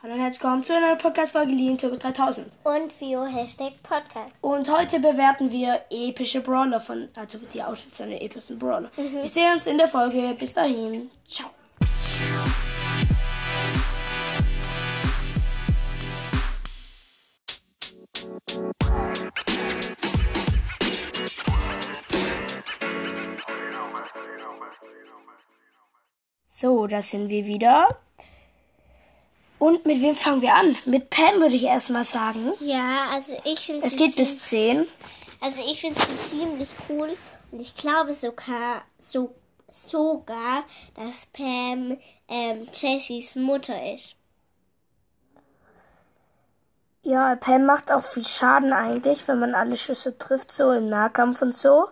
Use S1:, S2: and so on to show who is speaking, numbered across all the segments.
S1: Hallo und herzlich willkommen zu einer Podcast-Folge Lean Turbo 3000.
S2: Und Vio Hashtag Podcast.
S1: Und heute bewerten wir epische Brawler von, also die Outfits einer epischen Brawler. Wir sehen uns in der Folge. Bis dahin. Ciao. So, da sind wir wieder. Und mit wem fangen wir an? Mit Pam würde ich erstmal sagen.
S2: Ja, also ich finde
S1: Es geht bis 10.
S2: also ich finde sie ziemlich cool und ich glaube sogar so sogar, dass Pam ähm, Jessys Mutter ist.
S1: Ja, Pam macht auch viel Schaden eigentlich, wenn man alle Schüsse trifft, so im Nahkampf und so.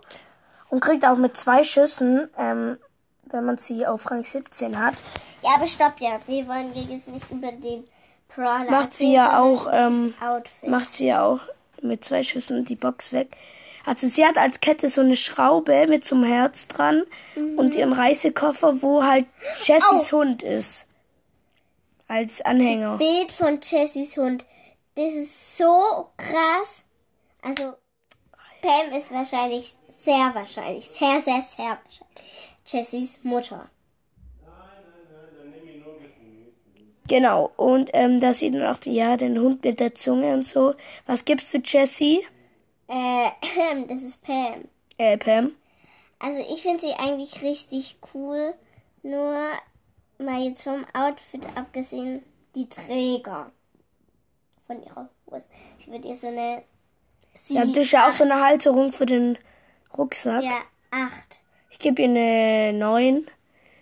S1: Und kriegt auch mit zwei Schüssen, ähm, wenn man sie auf Rang 17 hat,
S2: Ja, aber stopp ja, wir wollen jetzt nicht über den Brawler
S1: Macht sie
S2: erzählen,
S1: ja
S2: sondern
S1: auch,
S2: über das
S1: ähm,
S2: Outfit.
S1: macht sie ja auch mit zwei Schüssen die Box weg. Also sie hat als Kette so eine Schraube mit so einem Herz dran und ihren Reisekoffer, wo halt Jessys Hund ist. Als Anhänger.
S2: Bild von Jessys Hund. Das ist so krass. Also, Pam ist wahrscheinlich, sehr wahrscheinlich, sehr, sehr, sehr wahrscheinlich Jessys Mutter.
S1: Genau. Und ähm, da sieht man auch, ja, den Hund mit der Zunge und so. Was gibst du Jessie?
S2: Äh, das ist Pam.
S1: Äh, Pam.
S2: Also, ich finde sie eigentlich richtig cool. Nur, mal jetzt vom Outfit abgesehen, die Träger von ihrer Hose. Sie wird ihr so eine. Sie
S1: Ja, das ist ja auch so eine Halterung für den Rucksack.
S2: Ja, acht.
S1: Ich gebe ihr eine 9.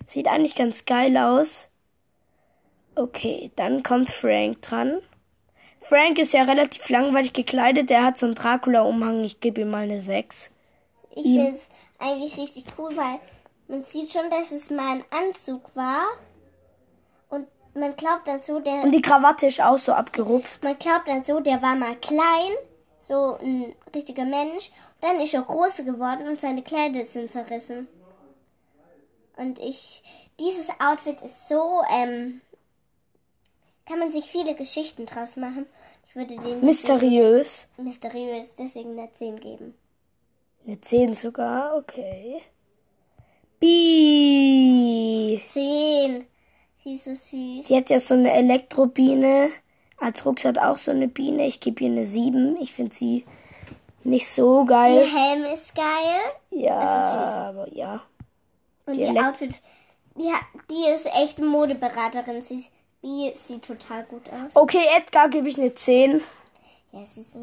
S1: Sieht eigentlich ganz geil aus. Okay, dann kommt Frank dran. Frank ist ja relativ langweilig gekleidet. Der hat so einen Dracula-Umhang. Ich gebe ihm mal eine 6.
S2: Ich finde es eigentlich richtig cool, weil man sieht schon, dass es mal ein Anzug war. Und man glaubt dann so, der,
S1: Und die Krawatte ist auch so abgerupft.
S2: man glaubt dann so, der war mal klein, so ein richtiger Mensch. Und dann ist er groß geworden und seine Kleider sind zerrissen. Und ich, dieses Outfit ist so, ähm, kann man sich viele Geschichten draus machen. Ich würde dem
S1: Mysteriös.
S2: mysteriös deswegen eine 10 geben.
S1: Eine 10 sogar. Okay. Bi.
S2: 10! Sie ist so süß.
S1: Die hat ja so eine Elektrobiene. Als Rucksack auch so eine Biene. Ich gebe ihr eine 7. Ich finde sie nicht so geil.
S2: Der Helm ist geil.
S1: Ja,
S2: Also süß.
S1: aber ja.
S2: Und
S1: Die
S2: ihr
S1: Elek-
S2: Outfit. Ja, die ist echt Modeberaterin. Sie ist, die sieht total gut aus.
S1: Okay, Edgar gebe ich eine 10.
S2: Ja, sie ist.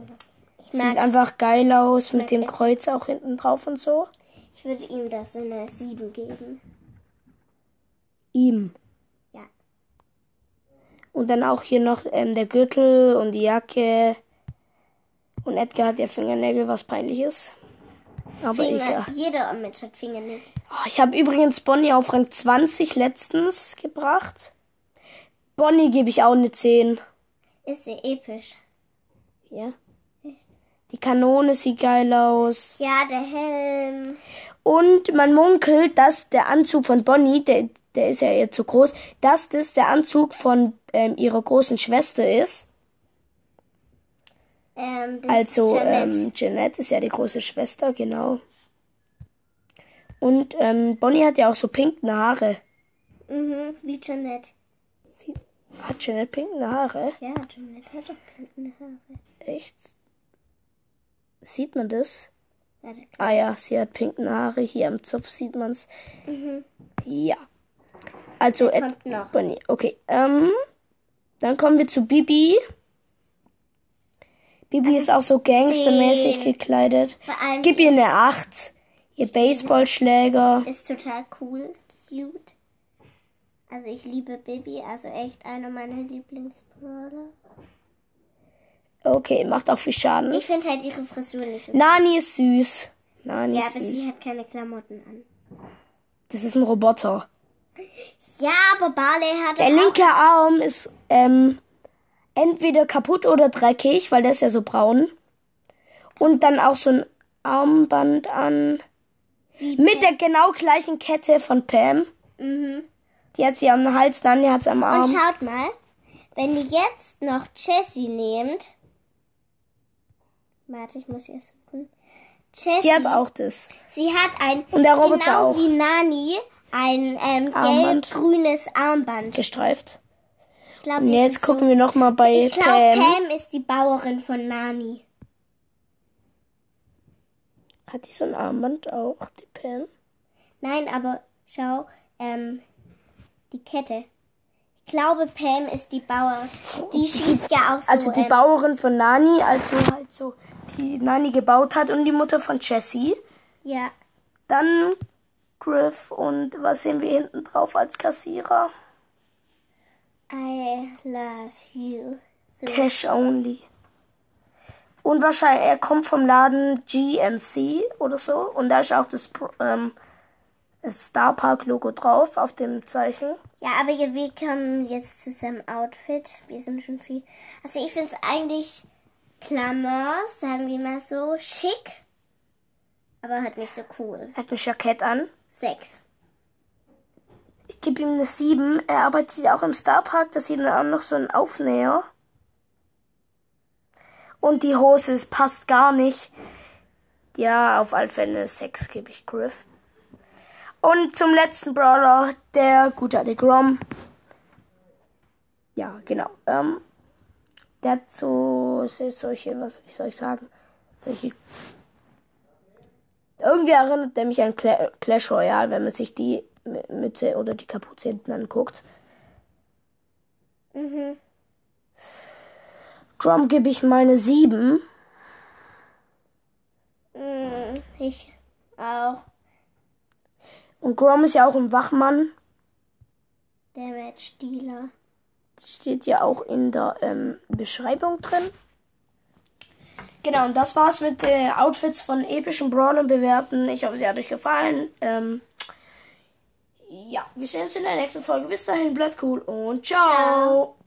S2: Ich
S1: Sieht
S2: mag
S1: einfach geil aus, mit dem
S2: Edgar.
S1: Kreuz auch hinten drauf und so.
S2: Ich würde ihm da so eine 7 geben.
S1: Ihm.
S2: Ja.
S1: Und dann auch hier noch ähm, der Gürtel und die Jacke. Und Edgar hat ja Fingernägel, was peinlich ist. Aber
S2: Finger,
S1: egal.
S2: jeder Mensch hat ne? Fingernägel.
S1: Oh, ich habe übrigens Bonnie auf Rang 20 letztens gebracht. Bonnie gebe ich auch eine 10.
S2: Ist sehr episch.
S1: Ja. Die Kanone sieht geil aus.
S2: Ja, der Helm.
S1: Und man munkelt, dass der Anzug von Bonnie, der, der ist ja ihr zu groß, dass das der Anzug von ähm, ihrer großen Schwester ist.
S2: Ähm, das
S1: Also
S2: ist Jeanette.
S1: ähm, Jeanette ist ja die große Schwester, genau. Und ähm, Bonnie hat ja auch so pinken Haare.
S2: Mhm, wie Jeanette.
S1: Sie hat Jeanette pinken Haare?
S2: Ja, Jeanette hat auch blinde Haare.
S1: Echt? Sieht man das?
S2: Warte, klar.
S1: Ah ja, sie hat pinken Haare. Hier am Zopf sieht man's.
S2: Mhm.
S1: Ja. Also Ed
S2: kommt noch.
S1: Bonnie. Okay. Ähm, dann kommen wir zu Bibi.
S2: Also
S1: Bibi ist auch so gangstermäßig
S2: zehn.
S1: gekleidet.
S2: Vor allem
S1: Ich gebe ihr eine 8. Ihr Baseballschläger.
S2: Ist total cool, cute. Also ich liebe Bibi, also echt einer meiner Lieblingsbrawler.
S1: Okay, macht auch viel Schaden.
S2: Ich finde halt ihre Frisur nicht so.
S1: Nani ist süß. Nani
S2: ja,
S1: ist
S2: aber
S1: süß.
S2: sie hat keine Klamotten an.
S1: Das ist ein Roboter.
S2: Ja, aber Barley hat
S1: Der linke Arm ist ähm, entweder kaputt oder dreckig, weil der ist ja so braun. Und dann auch so ein Armband an. Mit der genau gleichen Mhm. Kette von Pam. Die hat sie am Hals, Nani hat sie am
S2: Und
S1: Arm.
S2: schaut mal, Wenn ihr jetzt noch Jessie nehmt. Warte, ich muss jetzt suchen. Jessie.
S1: Die hat auch das.
S2: Sie hat ein
S1: Und der Roboter
S2: genau
S1: auch.
S2: wie Nani ein ähm,
S1: Armband.
S2: gelb-grünes Armband.
S1: Gestreift.
S2: Ich glaube,
S1: Und jetzt gucken wir nochmal
S2: so.
S1: bei
S2: Ich
S1: Pam.
S2: glaube, Pam ist die Bauerin von Nani.
S1: Hat die so ein Armband auch, die Pam?
S2: Nein, aber schau, ähm, die Kette. Ich glaube, Pam ist die Bauerin. Die schießt ja auch so.
S1: Also die
S2: ähm,
S1: Bauerin von Nani, also halt so, die Nani gebaut hat und die Mutter von Jessie.
S2: ja.
S1: Dann Griff und was sehen wir hinten drauf als Kassierer?
S2: I love you. So.
S1: Cash only. Und wahrscheinlich, er kommt vom Laden GNC oder so. Und da ist auch das, Pro- ähm, das Star Park Logo drauf auf dem Zeichen.
S2: Ja, aber ja, wir kommen jetzt zu seinem Outfit. Wir sind schon viel. Also ich finde es eigentlich Klammer, sagen wir mal so, schick. Aber halt nicht so cool.
S1: Er hat ein Jackett an.
S2: Sechs.
S1: Ich gebe ihm eine 7. Er arbeitet ja auch im Star Park. Da sieht man auch noch so einen Aufnäher. Und die Hose, es passt gar nicht. Ja, auf alle Fälle eine 6 gebe ich Griff. Und zum letzten Brawler, der gute alte Grom. Ja, genau. Ähm, der hat so so- solche, was wie soll ich sagen, solche... Irgendwie erinnert er mich an Cla Clash Royale, wenn man sich die M- Mütze oder die Kapuze hinten anguckt.
S2: Mhm.
S1: Grom gebe ich meine 7.
S2: Mm, ich auch.
S1: Und Grom ist ja auch ein Wachmann.
S2: Damage Dealer.
S1: steht ja auch in der ähm, Beschreibung drin. Genau, und das war's mit äh, Outfits von epischen Brawlern bewerten. Ich hoffe, sie hat euch gefallen. Ähm, ja, wir sehen uns in der nächsten Folge. Bis dahin, bleibt cool und ciao.
S2: Ciao.